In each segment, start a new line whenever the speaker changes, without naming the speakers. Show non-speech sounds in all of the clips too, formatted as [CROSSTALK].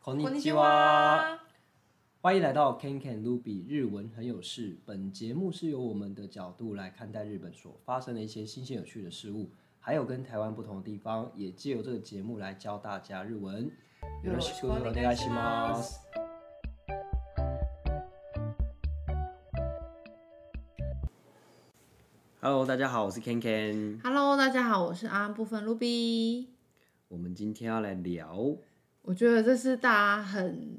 こんにちは，欢迎来到 Ken Ken Ruby 日文很有事。本节目是由我们的角度来看待日本所发生的一些新鲜有趣的事物，还有跟台湾不同的地方，也借由这个节目来教大家日文。
よろしくお願いします。
Hello，大家好，我是 Ken Ken。
Hello，大家好，我是安部分 Ruby。
我们今天要来聊
我觉得这是大家很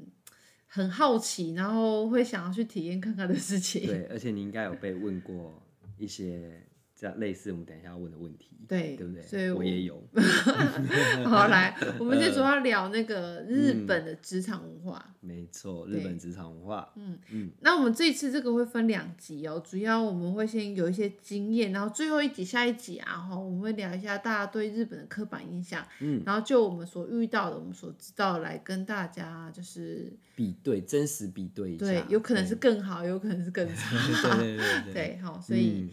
很好奇，然后会想要去体验看看的事情。
对，而且你应该有被问过一些这样类似我们等一下要问的问题，
对
对不对？
所以
我
我
也
[LAUGHS]
有，
好，来， [LAUGHS] 我们今天主要聊那个日本的职场文化。
没错，日
对
本职场文化，
那我们这一次这个会分两集哦，主要我们会先有一些经验，然后最后一集、下一集啊，哈，我们会聊一下大家对日本的刻板印象，嗯，然后就我们所遇到的、我们所知道的来跟大家就是
比对真实比对一下，
对，有可能是更好，有可能是更差，
对，对对
[LAUGHS]
对对。
对，好，所以。
嗯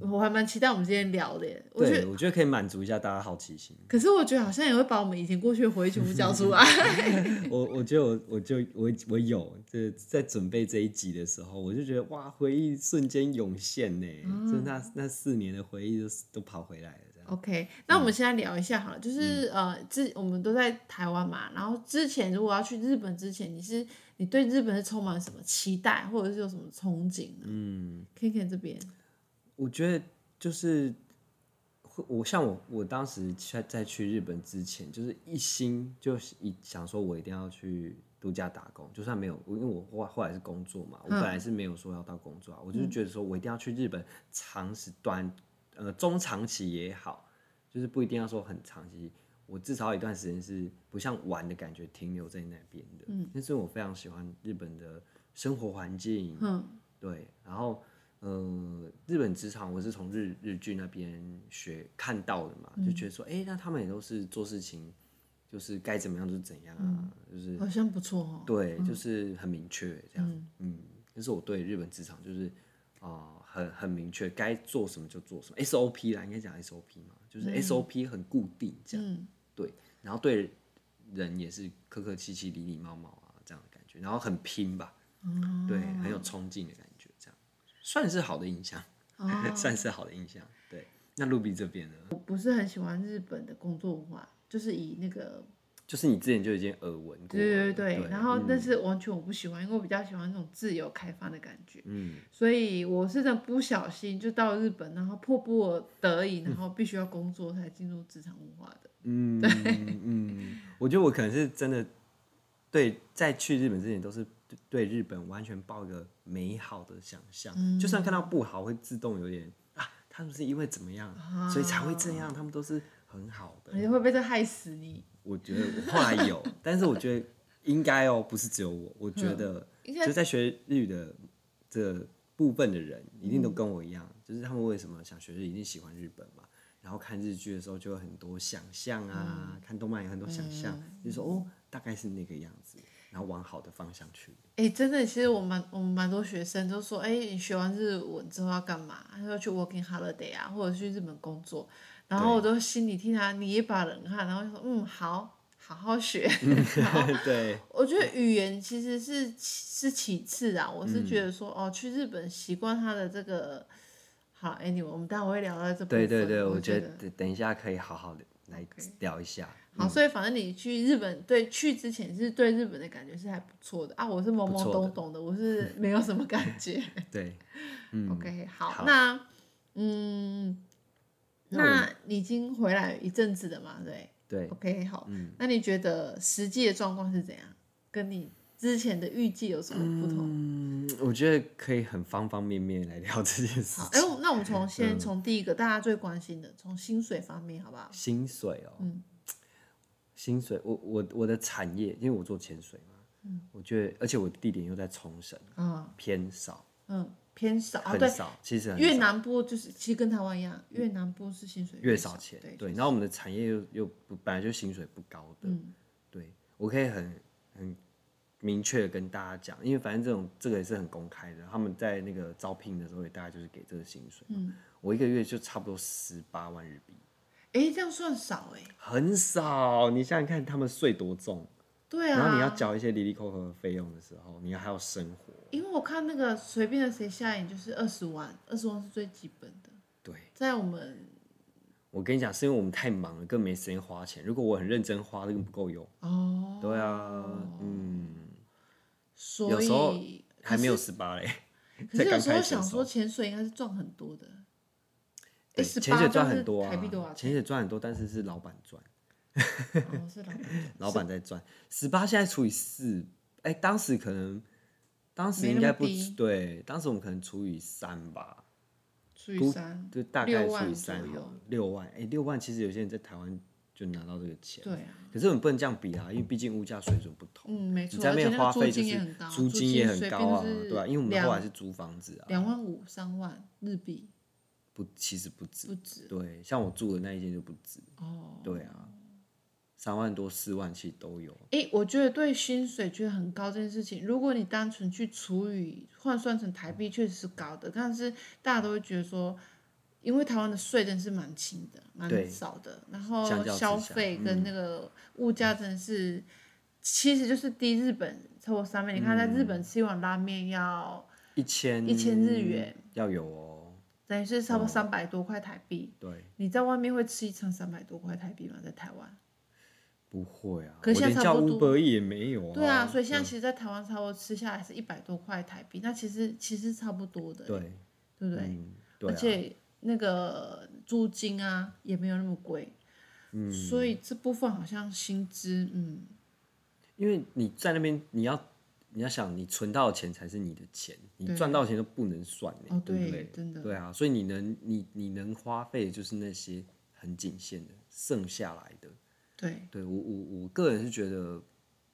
我我还蛮期待我们今天聊的耶，我觉
对，
得，
我觉得可以满足一下大家好奇心。
可是我觉得好像也会把我们以前过去的回忆全部交出来。 [LAUGHS]
我我觉得我我就我我有这在准备这一集的时候，我就觉得哇，回忆瞬间涌现呢，
啊
就那那四年的回忆都都跑回来了，这样。
OK，那我
嗯
们现在聊一下好了，就是、呃，之我们都在台湾嘛，然后之前如果要去日本之前，你是你对日本是充满什么期待，或者是有什么憧憬呢？
嗯，
k k 这边，
我觉得就是会，我像我我当时在在去日本之前，就是一心就是一想说，我一定要去度假打工，就算没有，因为我后后来是工作嘛，我本来是没有说要到工作啊，我就是觉得说我一定要去日本长时短呃中长期也好，就是不一定要说很长期。我至少有一段时间是不像玩的感觉停留在那边的，嗯，但是我非常喜欢日本的生活环境，
嗯，
对，然后呃，日本职场我是从日日剧那边学看到的嘛，就觉得说，哎、那他们也都是做事情，就是该怎么样就是怎样啊，就是
好像不错哦。
对，就是很明确这样，嗯这是我对日本职场就是啊、呃很很明确，该做什么就做什么，SOP 啦，应该讲 SOP 嘛，就是 SOP 很固定这样，
嗯
对，然后对人也是客客气气、礼礼貌貌啊这样的感觉，然后很拼吧，
哦
对，很有冲劲的感觉，这样算是好的印象，
哦
[LAUGHS] 算是好的印象，对。那露比这边呢，
我不是很喜欢日本的工作文化，就是以那个
就是你之前就已经耳闻过了，
对对对，然后
嗯
但是完全我不喜欢，因为我比较喜欢那种自由开放的感觉。嗯，所以我是真的不小心就到日本，然后迫不得已，然后必须要工作才进入职场文化的。
嗯，嗯，我觉得我可能是真的对，在去日本之前都是对日本完全抱一个美好的想象，
嗯
就算看到不好，会自动有点啊，他们是因为怎么样，所以才会这样，他们都是很好的。
啊你会不会这害死你？
我觉得我后来有， [LAUGHS] 但是我觉得应该哦，不是只有我，我觉得
应该
就在学日语的这部分的人，一定都跟我一样，
嗯
就是他们为什么想学日语，一定喜欢日本嘛。然后看日剧的时候，就有很多想象啊，
嗯
看动漫有很多想象，就说哦，大概是那个样子，然后往好的方向去。 [LAUGHS]
哎、真的，其实我蛮我们蛮多学生都说，哎、你学完日文之后要干嘛？他说去 working holiday 啊，或者去日本工作。然后我都心里替他捏一把冷汗，然后就说，嗯，好，好好学。
对，
我觉得语言其实是是其次啊，我是觉
嗯
得说、哦，去日本习惯他的这个好，anyway，我们待会会聊到这部分。
对对对，
我
我觉
得。
得嗯等一下可以好好的来聊一下。
好，所以反正你去日本，对去之前是对日本的感觉是还不错的啊。我是懵
不
懵
错的
懂懂的，我是没有什么
[LAUGHS]
感觉。
对，
OK，好，
嗯好
那嗯，
那我们
那你已经回来一阵子了嘛？对
对，
，OK，好，
嗯
那你觉得实际的状况是怎样？跟你之前的预计有什么不同？
嗯，我觉得可以很方方面面来聊这件事
好
情，。
哎、我那我们从
嗯
先从第一个大家最关心的，从薪水方面，好不好？
薪水哦，薪水，我我我的产业，因为我做潜水嘛，我觉得，而且我地点又在冲绳，
啊，
偏少，
嗯，偏少啊，
很
对，
少，其实很
越
少
南部就是其实跟台湾一样，越南部是薪水
越
少
少嗯钱，
对，
对，然后我们的产业又又不本来就薪水不高的，
嗯
对我可以很很明确的跟大家讲，因为反正这种这个也是很公开的，他们在那个招聘的时候也大概就是给这个薪水，嗯，我一个月就差不多十八万日币，
哎，这样算少哎、
很少，你想想看他们税多重。啊
对
然后你要
啊，
缴一些离离扣扣的费用的时候，你还要生活，
因为我看那个随便的谁下瘾就是二十万，二十万是最基本的，
对。
在我们
我跟你讲，是因为我们太忙了，更没时间花钱。如果我很认真花，更不够用。
哦，
对啊，嗯，
所以
有时候还没有
可
十八嘞，
是
才
可是有
刚
时候
开始的
想
时
说
候
潜水应该是赚很多的，
对
18
潜水赚很多
哎就是台币多少
啊，
钱
潜水赚很多，但是是老板赚，
哦是老板
老板在赚。十八现在除以四，哎，当时可能，当时
没
应
那么
该不
低
对，当时我们可能除以三吧，
除以三，
就大概
6
除
万
以三
左
好
右
了，六万，哎，六万其实有些人在台湾就拿到这个钱，
对啊，
可是我们不能这样比啊，因为毕竟物价水准不同。
嗯没
你
错，
在
而
那
且
边
那
花
个租
费就
金也
是
很高，
租
金
金也很
随
高
便
啊
就是，
对吧？因为我们
两
后来是租房子啊，
两万五三万日币
不，其实不止
不。止
对，像我住的那一间就不止。
哦。
对啊，三万多、四万其实都有。
诶，我觉得对薪水觉得很高这件事情，如果你单纯去除以换算成台币，确实是高的，但是大家都会觉得说，因为台湾的税真是蛮轻的，蛮
对
少的，然后
相较之
消
下嗯
费跟那个物价真的是，其实就是低日本超过三倍。你看，在
嗯
日本吃一碗拉面要
一千
1000日元
要有哦。
等于是差不多三百多块台币，
对，
你在外面会吃一餐三百多块台币吗？在台湾？
不会啊，
可是
我
现在
连
差
叫
不
五
多
百也没有啊。
对啊，所以现在其实，在台湾差不多吃下来是一百多块台币，那其实其实差不多的，
对
对不对？
嗯对
而
啊，
且那个租金啊也没有那么贵，嗯，所以这部分好像薪资，嗯，
因为你在那边你要。你要想，你存到的钱才是你的钱，你
对
赚到的钱都不能算呢、
哦
对不
对
对？
真的
对啊，所以你能你你能花费的就是那些很仅限的，剩下来的，
对，
对我我我个人是觉得，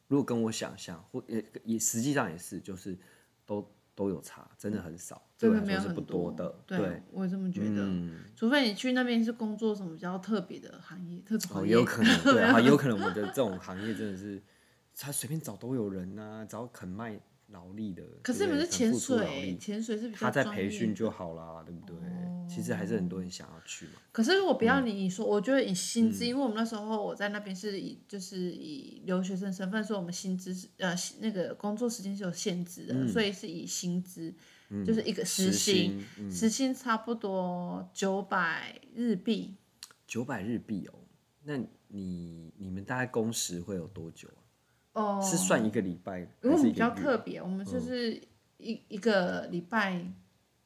如果跟我想象或也也实际上也是，就是都都有差，真的很少，对
真
我
的
来
没有
说是
很
不多的，嗯
对啊，我也这么觉得。除非你去那边是工作什么比较特别的行业，特种
哦，
行
也
业，
有可能，
[LAUGHS]
对啊，有可能我们的这种行业真的是，他随便找都有人呐、只要肯卖劳力的，
可是
对
你
不
们
对
是潜
肯付出劳
水，
力，
潜水是比较
他在
专
培
业
训
的哦
就好啦，对不对？其实还是很多人想要去嘛，
可是如果
嗯
不要你说，我觉得以薪资，因为我们那时候我在那边是以就是以留学生身份，所以我们薪资是呃薪那个工作时间是有限制的，所以是以薪资，就是一个时
嗯时
薪，
薪嗯
时薪差不多九百日币，
九百日币哦，那你你们大概工时会有多久啊？
哦，
是算一个礼拜，还
因为我
是
们
一
比
个月
较
嗯
特别，我们就是一、一个礼拜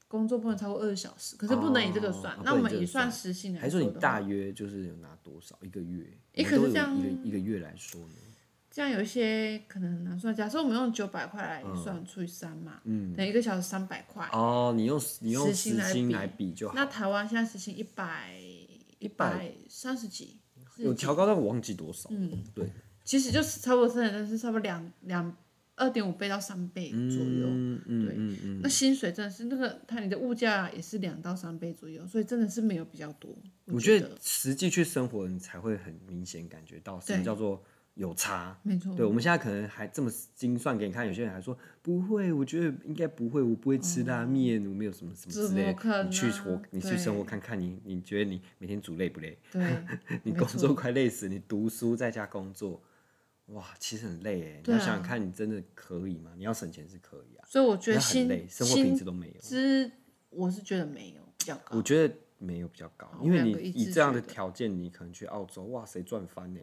工作不能超过二十小时，可是不能以这个算，
哦
那我们
不能以这个
以算
算
时薪来
还说你
的话
大约就是有拿多少一个月？
诶
我
可
们都
是这
有
样
一个一个月来说呢，
这样有一些可能很难算，假设我们用九百块来算，除以三嘛，等于一个小时三百块。
嗯哦，你用你用
时
时
薪来
薪
比
来比就好。
那台湾现在时薪一百一百三十几，
有调高，但我忘记多少。嗯，对，
其实就是差不多三，但是差不多两两二点五倍到三倍左右。
嗯嗯
对
嗯嗯，
那薪水真的是那个，它你的物价也是两到三倍左右，所以真的是没有比较多。
我
觉
觉得实际去生活，你才会很明显感觉到什么
对嗯
叫做有差。
没错，
对，我们现在可能还这么精算给你看，有些人还说不会，我觉得应该不会，我不会吃拉面，我没有什么什么之
哦怎么
类
可
的。你去
能
活，你去生活
对
看看你，你觉得你每天煮累不累？ [LAUGHS]
对，
你
没
工
错
作快累死，你读书在家工作，哇，其实很累哎。你
对啊
要想想看，你真的可以吗？你要省钱是可以啊，
所以我觉
要
得
很
薪
累，生活品
薪
质都没有。
资我是觉得没有比较高
我。觉得没有比较高
哦，
因为
两
你
个一致
以这样的
觉得
条件，你可能去澳洲，哇塞，赚翻呢。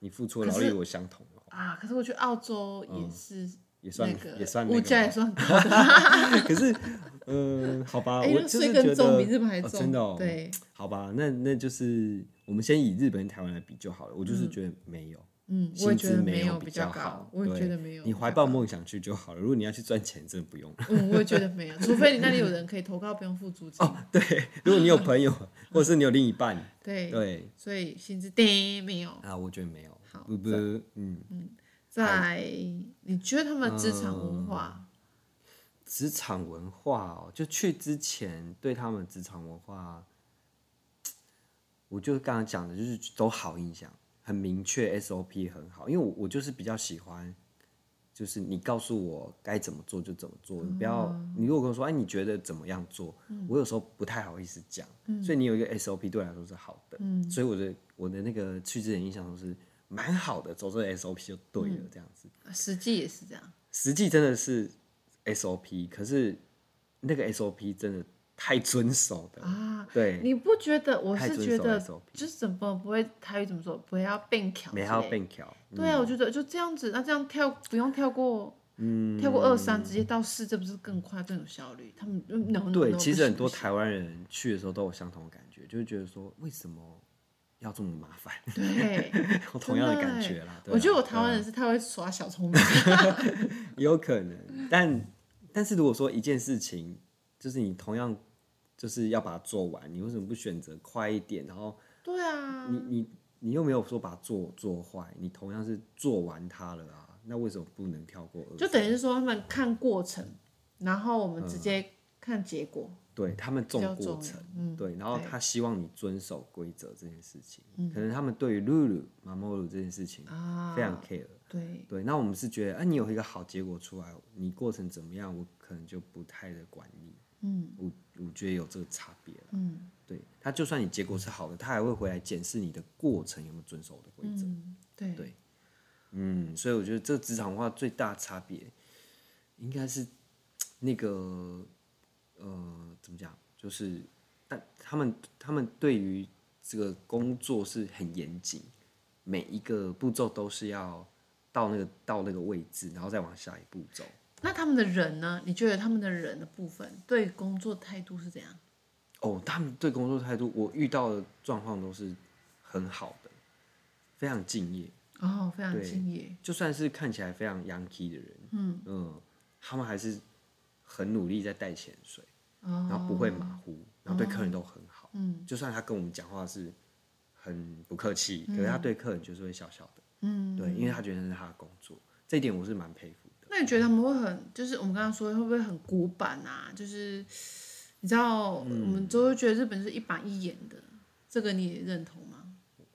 你付出的
可
劳
是
力我相同的话，
啊，可是我去澳洲
嗯
也是、
也算
那个
也算
物
那
价也
个
算高
[LAUGHS]
的，
嘛。可是，
[LAUGHS]
嗯，好吧，
哎、
我
那
就
税
是
更
觉
重，比
得
日本还
哦
重，
真的哦
对，
好吧，那那就是我们先以日本、台湾来比就好了。我就是觉得没有。
嗯，我
薪
也觉
资
得
没
有
比
较
好
高，，我也
对
觉得没有，
你怀抱，梦想去就好了。如果你要去赚钱，真的不用。
嗯，我也觉得没有，除非你那里有人可以投靠，不用付租金，
[LAUGHS] 对，如果你有朋友，或者是你有另一半，
对，
对
所以薪资低没有。
啊，我觉得没有
好。
不不，嗯，
在你觉得他们的职场文化，
职场文化哦，就去之前对他们职场文化，我就刚刚讲的，就是都好印象，很明确，SOP 很好。因为我我就是比较喜欢，就是你告诉我该怎么做就怎么做，你不要你如果跟我说哎你觉得怎么样做，我有时候不太好意思
嗯
嗯讲，所以你有一个 SOP 对我来说是好的，所以我的我的那个去之前印象都是蛮好的，走这个 SOP 就对了，这样子。
嗯实际也是这样。
实际真的是 SOP，可是那个 SOP 真的太遵守的
啊，
对，
你不觉得？我
太
是
遵
觉
守
得
SOP，
就是怎么不会台语怎么说？不要变巧之
没
类的，
还要变调。嗯
对啊，我觉得就这样子，那这样跳不用跳过，嗯，跳过二三直接到四，这不是更快更有效率？他们就 no no，
对，
no，
其实
不行
很多
不行
台湾人去的时候都有相同的感觉，就是觉得说为什么要这么麻烦？ [LAUGHS]
对，
有同样的感
真
觉
欸
啦。对啊
我觉得我
对
台湾
啊
人是太会耍小聪明， [LAUGHS]
也有可能，但但是如果说一件事情，就是你同样就是要把它做完，你为什么不选择快一点？然后
对啊，
你你你又没有说把它做做坏，你同样是做完它了啊，那为什么不能跳过二三？
就等于是说他们看过程，然后我们直接看结果，
对他们嗯重
比较
过
重
程，
嗯
对，然后
对嗯
他希望你遵守规则这件事情，可能他们对于露露、马莫鲁这件事情
啊
非常 care。
对
对，那我们是觉得，哎、你有一个好结果出来，你过程怎么样，我可能就不太的管你。嗯，我我觉得有这个差别了。
嗯，
对他，就算你结果是好的，他还会回来检视你的过程有没有遵守我的规则。
嗯对
对嗯，所以我觉得这职场文化最大差别，应该是那个呃，怎么讲，就是但他们他们对于这个工作是很严谨，每一个步骤都是要到那个到那个位置，然后再往下一步走。
那他们的人呢？你觉得他们的人的部分对工作态度是怎样？
哦，他们对工作态度，我遇到的状况都是很好的，非常敬业。
哦，非常
对
敬业，
就算是看起来非常洋气的人，
嗯
他们还是很努力在带潜水，
哦，
然后不会马虎，然后对客人都很好。
嗯
就算他跟我们讲话是很不客气，可是他对客人就是会笑笑的，
嗯，
对，因为他觉得那是他的工作，这一点我是蛮佩服的。
那你觉得他们会很，就是我们刚刚说会不会很古板啊？就是你知道，我
嗯
们都会觉得日本是一板一眼的，这个你也认同吗？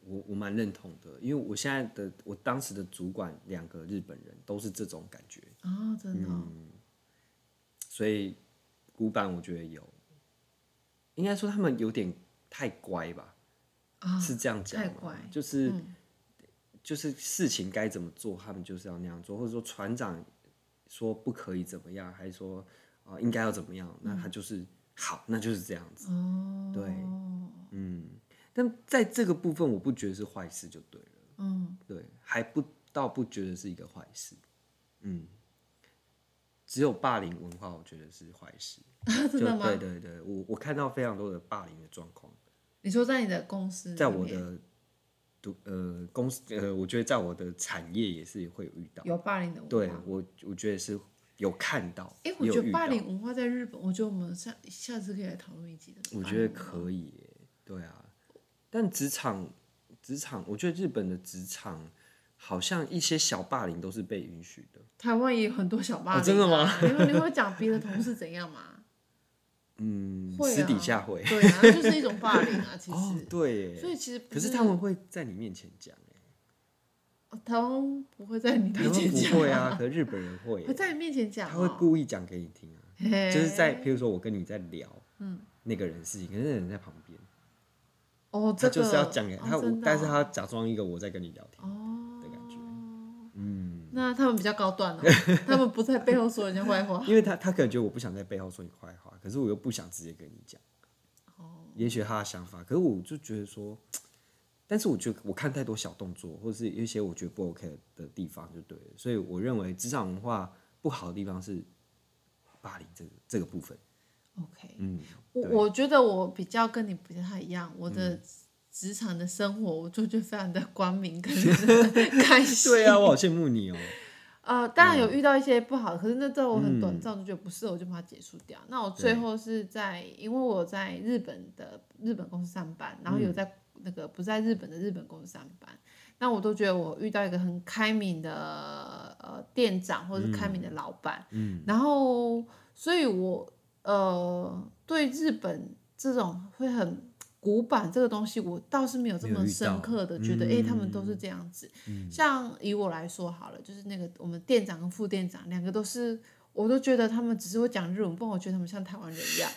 我我蛮认同的，因为我现在的我当时的主管两个日本人都是这种感觉，
哦，真的哦、
嗯所以古板我觉得有，应该说他们有点太乖吧，
啊
是这样讲吗
太乖嗯
就是、就是事情该怎么做，他们就是要那样做，或者说船长说不可以怎么样，还是说啊、呃应该要怎么样，那
嗯
他就是、好，那就是这样子。
哦，嗯
对但在这个部分，我不觉得是坏事就对了，
嗯，
对，还不倒不觉得是一个坏事，嗯。只有霸凌文化，我觉得是坏事。
真的
就
吗？
对对对，我我看到非常多的霸凌的状况，
你说在你的公司，
在我的读呃公司呃，我觉得在我的产业也是会有遇到。
有霸凌的文化，
对我我觉得是有看到，
哎，我
也有
觉得
遇
霸
到
凌文化在日本，我觉得我们下下次可以来讨论一集的。
我觉得
以，
可以耶，对啊。但职场职场，我觉得日本的职场好像一些小霸凌都是被允许的。
台湾也有很多小霸
哦
凌、啊
真的吗？
你会你会讲别的同事怎样吗？ [LAUGHS]
嗯，
会啊
私底下会。
对啊，就是一种霸凌啊，其实。
[LAUGHS] 哦，对
所
耶。
以其实不
可是他们会在你面前讲耶，
哦台湾不会在你
他们
面前讲，
不会啊，可是日本人会耶，
会在你面前讲
他
哦，
会故意讲给你听啊。
嘿
就是在，譬如说我跟你在聊，
嗯
那个人的事情，可是那个人在旁边，
哦，
他
这
就是
个
要讲给
哦
他，我
真的哦
但是他假装一个我在跟你聊天嗯
哦
的感觉，
那他们比较高
[LAUGHS]
端哦，他们不在背后说人家坏话，
因为他他可能觉得我不想在背后说你坏话，可是我又不想直接跟你讲，
哦
也许他的想法，可是我就觉得说，但是我觉得我看太多小动作，或者是有一些我觉得不 OK 的地方就对了，所以我认为职场文化不好的地方是霸凌这个这个部分，
OK， [LAUGHS]
嗯，
我
对嗯
我觉得我比较跟你不太一样，我的职场的生活，我就觉得非常的光明跟 [LAUGHS] 开心。
对啊，我好羡慕你哦、
呃，当然有遇到一些不好的，可是那在我很短暂，我就觉得不适合，我就把它结束掉。那我最后是在，因为我在日本的日本公司上班，然后有在那个不在日本的日本公司上班，那我都觉得我遇到一个很开明的呃店长或者是开明的老板，嗯，然后所以我呃对日本这种会很。古板这个东西，我倒是没有这
没有
么
遇到嗯
深刻的觉得，哎、他们都是这样子。像以我来说好了，就是那个我们店长跟副店长两个都是，我都觉得他们只是会讲日文，不然我觉得他们像台湾人
[LAUGHS]
一样。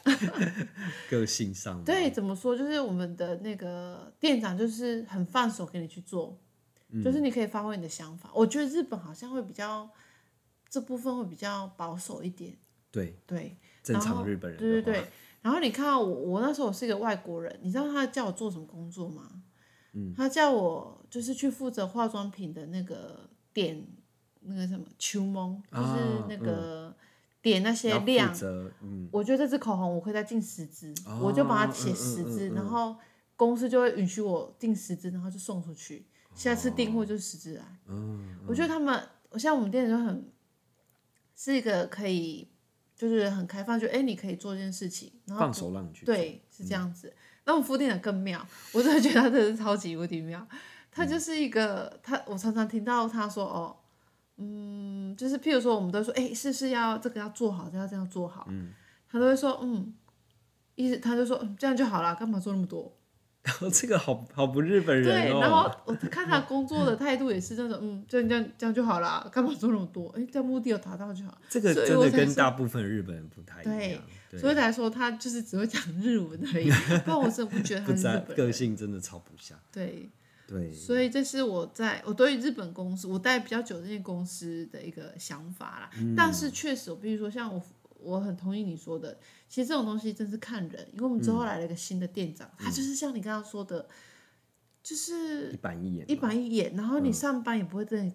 个性上嘛，
对，怎么说？就是我们的那个店长就是很放手给你去做，
嗯
就是你可以发挥你的想法。我觉得日本好像会比较这部分会比较保守一点，
对，
对，
正
然
常
后
日本人的
对对
话
对。然后你看到我，我那时候我是一个外国人，你知道他叫我做什么工作吗？嗯，他叫我就是去负责化妆品的那个点，那个什么秋蒙，就
啊
是那个点那些
要
量
负。责，嗯，
我觉得这支口红我可以再进十支，
哦
我就把它
嗯
写
嗯
十
嗯
支，
嗯
然后公司就会允许我订十支，然后就送出去。下次订
哦
货就是十支来。
嗯
我觉得他们，我像我们店就很是一个可以，就是很开放，就哎、你可以做这件事情，然后
放手让你去，，嗯
对是这样子。那我们副店长更妙，我真的觉得他真的是超级无敌妙。他就是一个他，我常常听到他说哦，嗯，就是譬如说我们都说哎、是不是要这个要做好，这要这样做好，他都会说嗯。意思他就说、嗯、这样就好了，干嘛做那么多？
[LAUGHS] 然后这个好好不日本
对，
人
然
哦，
后我看他工作的态度也是那种，嗯，这样这样这样就好啦，干嘛做那么多？哎、这样目的有达到就好。
这个
所以
真
我
的
才
跟
说
大部分日本人不太一
对
样，对，
所以来说，他就是只会讲日文而已，
[LAUGHS]
不然我真的不觉得
不
他是
在
日本人。
个性真的超不像，
对，
对，
所以这是我在我对于日本公司，我待比较久的那些公司的一个想法啦。
嗯
但是确实，我必须说，像我，我很同意你说的，其实这种东西真是看人，因为我们之
嗯
后来了一个新的店长，他就是像你刚刚说的，就是
一板一眼啊
一
嘛，
板一眼，然后你上班也不会真的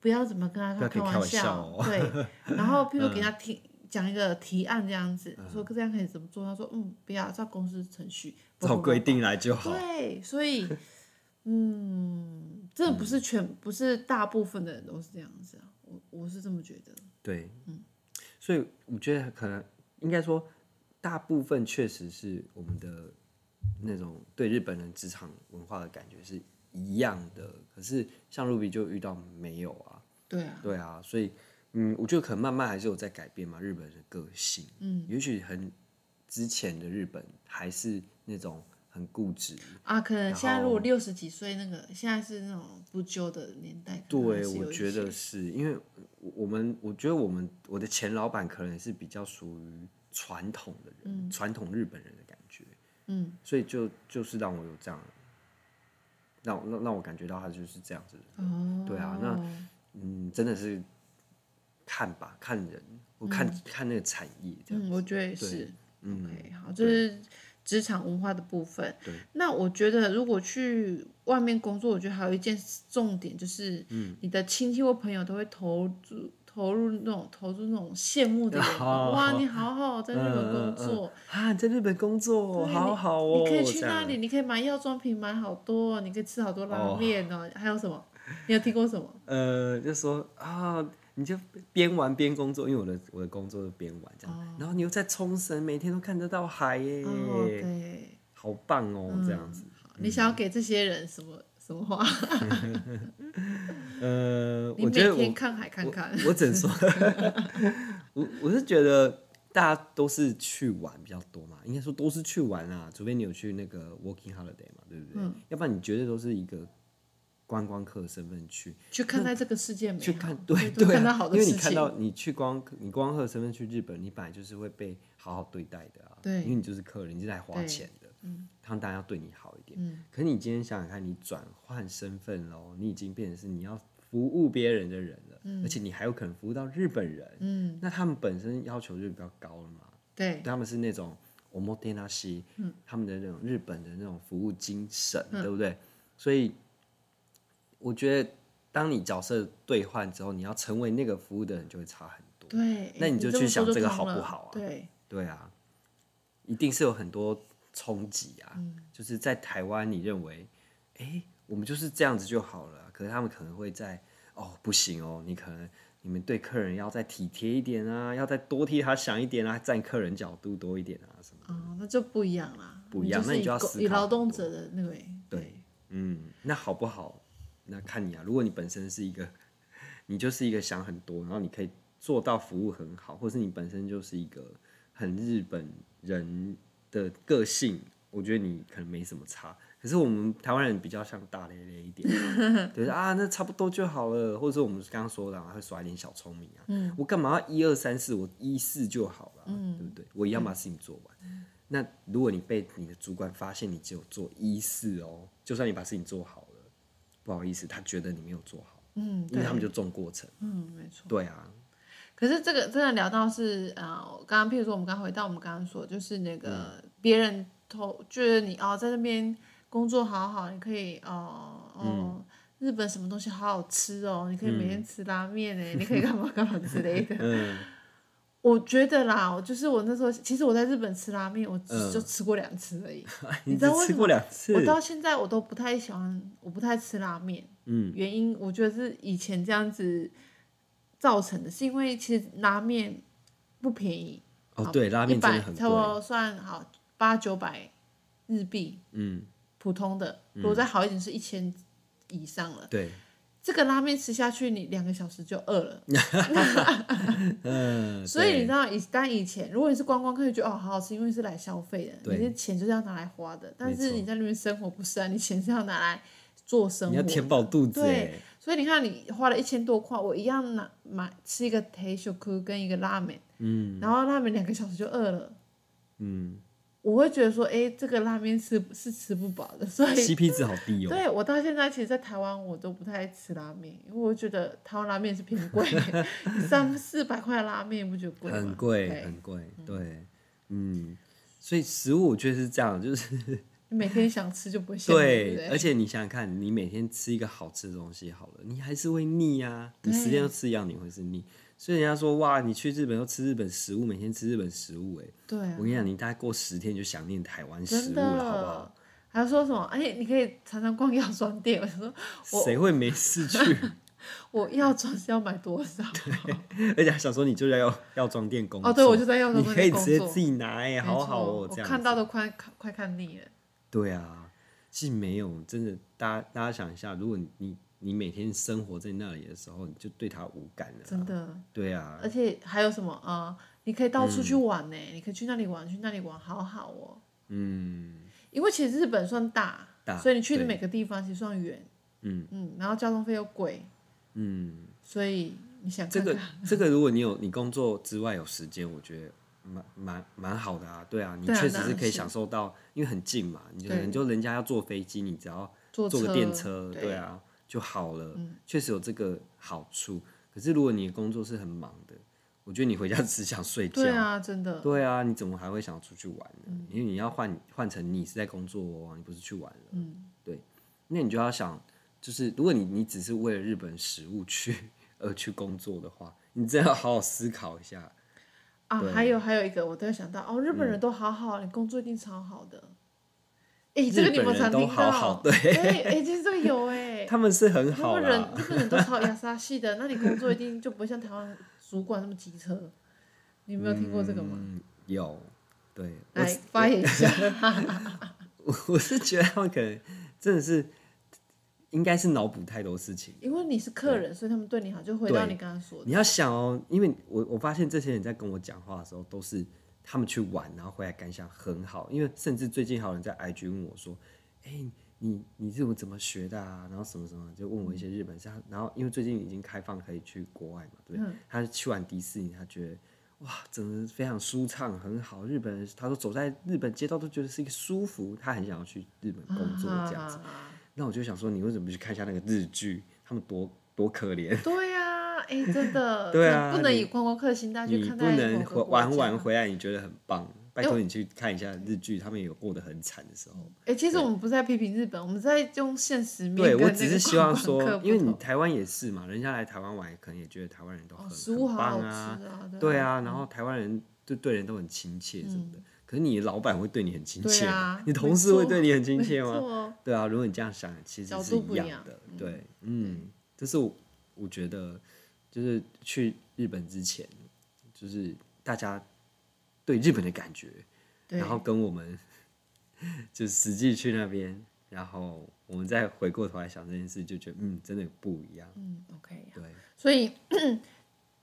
不要怎么跟
不
他
要
开
跟他
玩
开玩笑
笑，
哦嗯
对。
[LAUGHS]
然后譬如给他提讲一个提案这样子，说这样可以怎么做，他说嗯不要，照公司程序，
照规定来就好，
对，所以嗯，真的不是全、不是大部分的人都是这样子啊，我我是这么觉得，
对，嗯，所以我觉得可能应该说，大部分确实是我们的那种对日本人职场文化的感觉是一样的，可是像 Ruby 就遇到没有啊，
对啊，
对啊，所以嗯，我觉得可能慢慢还是有在改变嘛，日本人的个性，嗯，也许很之前的日本还是那种很固执，
啊，可能
然
现在如
后
果六十几岁那个现在是那种不纠的年代，可能嗯还
对，
是有
我
一
觉得
些
是因为我我们，我觉得我们我的前老板可能是比较属于传统的人，传统日本人的感觉，
嗯，
所以就就是让我有这样，让我让让我感觉到他就是这样子的人，
哦，
对啊那嗯，真的是看吧，看人，我看、看那个产业这样，
嗯，我觉得也
对
是。
嗯
OK，好，这是职场文化的部分。对，那我觉得如果去外面工作，我觉得还有一件重点就是，
嗯
你的亲戚或朋友都会投注投入那种投入那种羡慕的眼
[LAUGHS]
光，
哦
哇，你好好在日本工作，
啊，你在日本工作
对
好
你
好哦，
你可以去
这
那
样
里，你可以买药妆品买好多，你可以吃好多拉
哦 [LAUGHS]
面哦，还有什么？你有听过什么？
呃，就说啊，你就边玩边工作，因为我的我的工作是边玩这样，然后你又在冲绳，每天都看得到海耶，
哦，对，
好棒哦，这样子。
好，你想要给这些人什么什么话？
呃，
嗯你
我
每
觉得
天
我
看海看看。
我只能
[LAUGHS]
说，我我是觉得大家都是去玩比较多嘛，应该说都是去玩啦，除非你有去那个 working holiday 嘛，对不
嗯
对？要不然你绝对都是一个观光客的身份去，
去看待这个世界美好，
去看，对
多
对、
看到
啊
好，的
因为
事
你
情。
看到你去光你光客的身份去日本，你本来就是会被好好对待的啊，
对
因为你就是客人，你是来花钱的，嗯，他们当然要对你好一点。嗯，可你今天想想看，你转换身份喽，你已经变成是你要服务别人的人了，
嗯
而且你还有可能服务到日本人，嗯，那他们本身要求就比较高了嘛，
对，
他们是那种 o m o t e n a s i 他们的那种日本的那种服务精神，对不对？所以我觉得，当你角色兑换之后，你要成为那个服务的人，就会差很多。
对，
那你就去
么说
想这个
通
好不
了
好啊
对，
对啊，一定是有很多冲击啊。就是在台湾，你认为，哎、我们就是这样子就好了啊。可是他们可能会在，哦，不行哦，你可能你们对客人要再体贴一点啊，要再多替他想一点啊，站客人角度多一点啊，什么的。
哦，那就不一样啦，
不一样
是
那你
以
就要
工
思
以
考
劳
很
动
多
者的那个欸
对，嗯，那好不好？那看你啊。如果你本身是一个，你就是一个想很多，然后你可以做到服务很好，或是你本身就是一个很日本人的个性，我觉得你可能没什么差。可是我们台湾人比较像大咧咧一点嘛，对啊，那差不多就好了，或者是我们刚刚说的、啊，会耍一点小聪明啊。我干嘛要一二三四，我一四就好了啊、对不对？我一样把事情做完。那如果你被你的主管发现你只有做一四哦，就算你把事情做好了，不好意思，他觉得你没有做好，
嗯，
因为
对
他，们就重过程。
嗯，没错。
对啊，
可是这个真的聊到是啊，呃刚、刚譬如说我们刚回到我们刚刚说，就是那个别人投觉得你哦在那边工作好好，你可以哦哦、日本什么东西好好吃哦，你可以每天吃拉面哎、你可以干嘛干嘛之类的。我觉得啦，我就是我那时候，其实我在日本吃拉面，我只就吃过两次而已。你知
哎只
道为什
吃
么
过两次
我，到现在我都不太喜欢，我不太吃拉面。嗯，原因我觉得是以前这样子造成的，是因为其实拉面不便宜，
哦，对，拉面
一
真的
百
很贵
差不，多算好八九百日币，
嗯，
普通的，如果再好一点是一千以上了。
对，
这个拉面吃下去，你两个小时就
[LAUGHS]
饿了。
嗯，
所以你
对
知道，以但以前如果你是观光客，就觉得哦好好吃，因为是来消费的，
对
你的钱就是要拿来花的。但是你在那边生活不是啊，你钱是要拿来做生活
你要
的，
填饱肚子
对，
哎，
所以你看，你花了一千多块，我一样拿买吃一个 t 秀 k 跟一个拉面，嗯，然后拉面两个小时就饿了，
嗯
我会觉得说，哎，这个拉面吃是吃不饱的，所以。
，CP 值好低哦。
对我到现在，其实，在台湾我都不太吃拉面，因为我觉得台湾拉面是偏贵，
[LAUGHS]
三四百块的拉面你不觉得贵吗？
很贵，
对
很贵，对，嗯，所以食物我觉得是这样，就是
你每天想吃就不会想吃，对不
对，
对
而且你想想看，你每天吃一个好吃的东西好了，你还是会腻啊，你
对
十天都吃一样，你会是腻。所以人家说哇，你去日本都吃日本食物，每天吃日本食物，哎，
对啊
我，跟你讲，你大概过十天就想念台湾食
真
物
的
了，好不好？？
还说什么？哎、你可以常常逛药妆店。我想说，我
谁会没事去？
我药妆是要买多
[LAUGHS]
少？
而且还想说你就在药药妆店工作，
哦，对，我就在药妆
你
店
可以
工
直接
作
自己拿，哎，
没
好好
错
哦，
我
这样
看
子
到都快看快看腻了。
对啊，其实没有，真的，大家大家想一下，如果你你你每天生活在那里的时候，你就对它无感了啊。
真的，
对啊，
而且还有什么啊、呃你可以到处去
嗯
玩呢、你可以去那里玩，去那里玩，好好哦。嗯，因为其实日本算大，
大
所以你去的
对
每个地方其实算远。
嗯
嗯，然后交通费又贵，
嗯，
所以你想
这
看看
个这个，如果你有你工作之外有时间，我觉得蛮蛮蛮好的啊。对啊，你
对啊
确实
当
是
然
可以
是
享受到，因为很近嘛，你就
对
你就人家要坐飞机，你只要
坐
坐个
车
电车，
对嗯
对啊就好了，确实有这个好处。可是如果你的工作是很忙的，我觉得你回家只想睡觉
对。啊，嗯真的，
对啊，你怎么还会想出去玩呢？因为你要换换成你是在工作哦，你不是去玩了。
嗯
对，那你就要想，就是如果你你只是为了日本食物去 [LAUGHS] 而去工作的话，你真的要好好思考一下。
啊
对，嗯
还有还有一个，我突然想到，哦，日本人都好好，你工作一定超好的。哎，这个你
日本
们
人
常
都
听
好
到，
好对
对，哎，其实这个有
[LAUGHS]
哎，
他们是很
日
好
本人
啦，
日本人都
[LAUGHS]
超亚沙系的，那你工作一定就不会像台湾主管那么机车。你有没有听过这个吗？
嗯，有，对，我
来
是
发言一下。
我 [LAUGHS] 是觉得他们可能真的是应该是脑补太多事 [LAUGHS] 情。
因为你是客人，所以他们对你好，就回到你刚刚说的。
你要想哦，因为我我发现这些人在跟我讲话的时候，都是他们去玩，然后回来感想很好。因为甚至最近还有人在 IG 问我说：“哎、你你日文怎么学的啊？”然后什么什么，就问我一些日本事。然后因为最近已经开放可以去国外嘛，对不对？他去完迪士尼，他觉得。哇，整个非常舒畅，很好。日本人他说走在日本街道都觉得是一个舒服，他很想要去日本工作这样子。
啊。
那我就想说，你为什么不去看一下那个日剧？他们多多可怜，
对呀，哎，真的，
[LAUGHS] 对啊
不能
你
以观光客心态去
你
看
不
待
能
某
回
个
玩
国家
完。回来，你觉得很棒。拜托你去看一下日剧，他们也有过得很惨的时候。
哎，其实我们不是在批评日本，我们在用现实面
对
跟
我
那
只
个
是希望
观光客
说，
不
因为你
同
台湾也是嘛，人家来台湾玩，可能也觉得台湾人都很、
哦食物
很
好好
棒
吃
啊，
啊，
对啊，然后台湾人就对人都很亲切什么的。可是你的老板会对你很亲切
嗯对
吗？
啊
你同事会
没错
对你很亲
没
切吗？
错哦
对啊，如果你这样想，其实
角
是
度
一
不一
样
样
的。对，嗯，这是我我觉得，就是去日本之前，就是大家对日本的感觉，
对
然后跟我们 [LAUGHS] 就实际去那边，然后我们再回过头来想这件事，就觉得嗯，真的不一样。
嗯，OK。
对，
所以，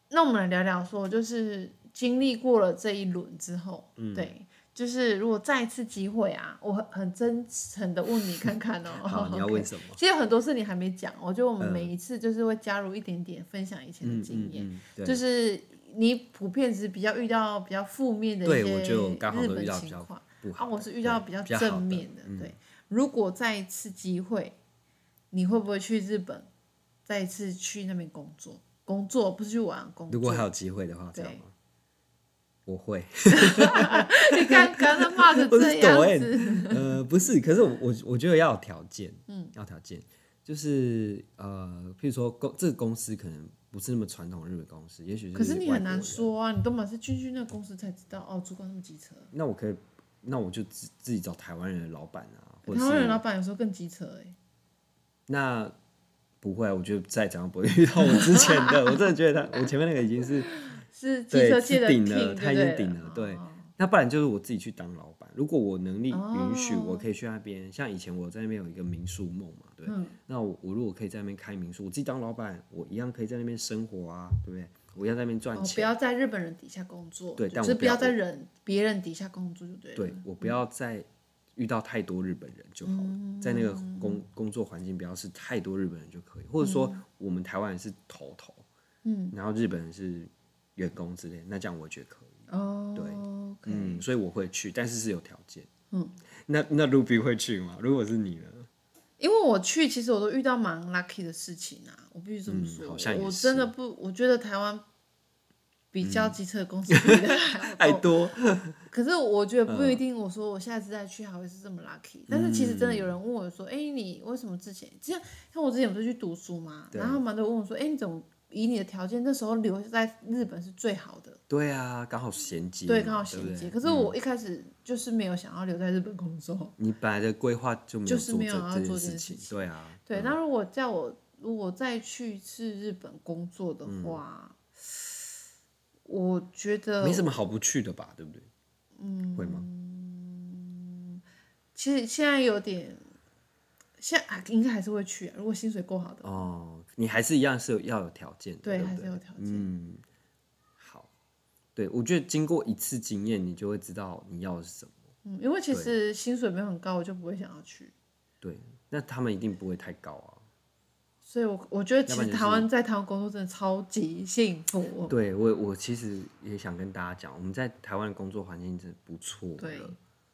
那我们来聊聊说，就是经历过了这一轮之后，
嗯
对，就是如果再一次机会啊，我很很真诚的问你看看哦、
[LAUGHS] 好，你要
OK
问
[LAUGHS]
什么？
其实有很多事你还没讲，我觉得我们每一次就是会加入一点点分享以前的
嗯
经
嗯
验，
嗯，对，
就是你普遍只是比较遇到比较负面的一
对
些
我觉得我
日
刚好都遇
本
到比
情
较
况。
不
啊，
好的。嗯
我是遇到
对
比较
比较好的
正面的，对。如果再一次机会，你会不会去日本再一次去那边工作？工作不是去玩，工作。
如果还有机会的话，这
对
样吗？我会，
[LAUGHS] 你看刚刚骂成
我
这
是 [LAUGHS] 抖
样
M
子，
呃，不是，可是我我我觉得要有条件，嗯，要条件，就是呃，譬如说公这个公司可能不是那么传统的日本公司，也许
可是你很
外国
难
人。
说啊，你都满是进去那个公司才知道哦，主管那么机车。
那我可以，那我就自自己找台湾人的老板啊，或
台
者
湾人老
是
板有时候更机车哎、
那不会啊，我觉得再怎样不会遇到我之前的，我真的觉得他我前面那个已经是
是机
对
车界的
是顶
king，
了
就
他已经
对
顶了对
哦
那不然就是我自己去当老板。如果我能力
哦
允许，我可以去那边。像以前我在那边有一个民宿梦嘛，对。
嗯
那我我如果可以在那边开民宿，我自己当老板，我一样可以在那边生活啊，对不对？我一样在那边赚
哦，不
钱。
要在日本人底下工作，
对
就
但
是
我
不
不要
要在人别人底下工作就对了。
对我不要再遇到太多日本人就好了，
嗯
在那个工工作环境不要是太多日本人就可以，或者说我们台湾人是头头，
嗯，
然后日本人是员工之类，那这样我觉得可以。
哦，
对
o k
嗯，所以我会去，但是是有条件。
嗯，
那那 Ruby 会去吗？如果是你呢？
因为我去，其实我都遇到蛮 lucky 的事情啊，我必须这么
嗯
说，
好像也
我
是嗯
真的不，我觉得台湾比较机车的公司比的还
[LAUGHS] 爱
要多。
多。嗯
可是我觉得不一定，我说我下次再去还会是这么 lucky、但是其实真的有人
嗯
问我说：“哎、你为什么之前这样？像我之前不是去读书嘛，然后蛮多人问我说：‘哎、你怎么以你的条件那时候留在日本是最好的？’
对啊，刚好衔接嘛，
对，刚好衔接。
对嗯不对
可是我一开始就是没有想要留在日本工作。
你本来的规划就没有
就是
做
没
这
有要
件
做这
事
件
情
事，情
对啊，
对，那如果叫我如果再去一次日本工作的
嗯
话，我觉得
没什么好不去的吧，对不对？嗯，会吗？
其实现在有点，现在啊应该还是会去、啊，如果薪水够好的，
哦，你还是一样是有要有条件的，
对，
对不
还是
对
有条件。
嗯，好，对我觉得经过一次经验，你就会知道你要的是什么。
嗯，因为其实薪水没有很高，我就不会想要去。
对，那他们一定不会太高啊。
所以我，我觉得其
要不然
实
就是
台湾在台湾工作真的超级幸福。
对我，我其实也想跟大家讲，我们在台湾的工作环境真的不错了，
对，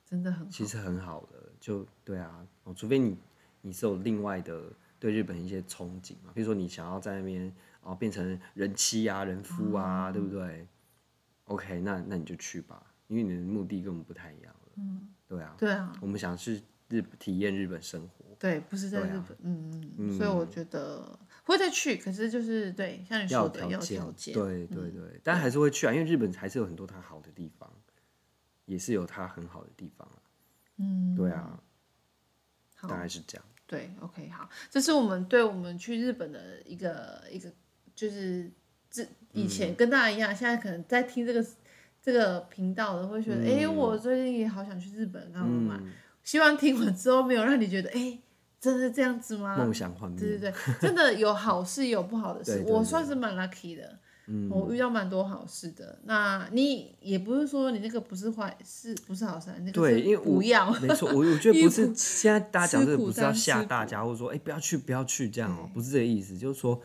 真的很好。
其实很好的，就对啊，哦，除非你你是有另外的对日本一些憧憬嘛，比如说你想要在那边哦变成人妻啊、人夫啊，对不对？OK，那那你就去吧，因为你的目的跟我们不太一样了。嗯，对啊，
对啊，
我们想去日体验日本生活，
对，不是在日
对啊
本，嗯嗯，所以我觉得会再去，可是就是对，像你
要
说
有
的要有条件，嗯
对对对，但还是会去啊，因为日本还是有很多它好的地方，也是有它很好的地方啊。嗯，对啊，
好
大概是这样。
对，OK，好，这是我们对我们去日本的一个一个，就是之以
嗯
前跟大家一样，现在可能在听这个这个频道的会觉得，哎、我
嗯
最近也好想去日本，干嘛、嘛。希望听完之后没有让你觉得，哎，真的这样子吗？
梦想幻
对
灭，
对对，真的有好事有不好的
嗯
事，
对对
我
对嗯
算是蛮 lucky 的。我遇到蛮多好事的。那你也不是说你那个不是坏事，不是好事，啊你那个
对
是
因为我
不要。
没错，我我
[LAUGHS]
觉得不是现在大家讲这个
吃苦
不是要
当吃
吓
苦
大家，或者说哎、不要去不要去这样哦、不是这个意思，就是说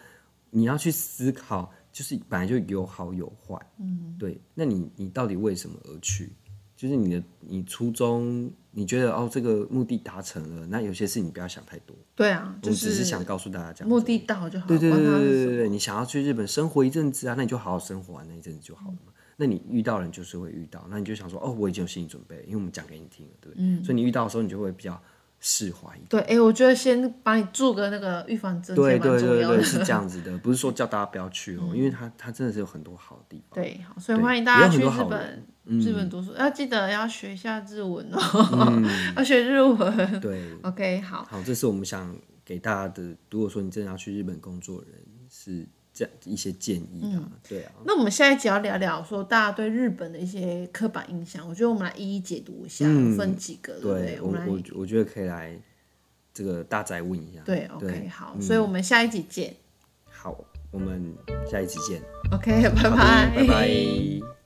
你要去思考，就是本来就有好有坏，嗯，对，那你你到底为什么而去？就是你的你初衷，你觉得哦这个目的达成了，那有些事你不要想太多，
对啊，
我
就
们只是想告诉大家这样，
目的到就好，
对对对
管它
对
是
对
什么
对对，你想要去日本生活一阵子啊，那你就好好生活完、那一阵子就好
嗯
了嘛。那你遇到人就是会遇到，那你就想说哦，我已经有心理准备了，因为我们讲给你听了，对不对？
嗯
所以你遇到的时候，你就会比较释怀一点。
对，哎、我觉得先把你做个那个预防针，
对
也蛮
对
重
对
要
对，
的。嗯
是这样子的，不是说叫大家不要去哦，因为它它真的是有很多好的地方。
对，好，所以
对
欢迎大家
也
去
有
日
很多好嗯
本，日本读书、要记得要学一下日文哦， [LAUGHS] 要学日文。
嗯对，
OK，好，
好，这是我们想给大家的。如果说你真的要去日本工作的人，是这样一些建议
嗯
啊，对啊，
那我们下一集要聊聊说大家对日本的一些刻板印象，我觉得我们来一一解读一下，
嗯
分几个，对不
对
对？
我
们来
我我觉得可以来这个大宅问一下。
对，OK，好，
嗯
所以我们下一集见
好，我们下一集见。
，OK，拜
拜拜。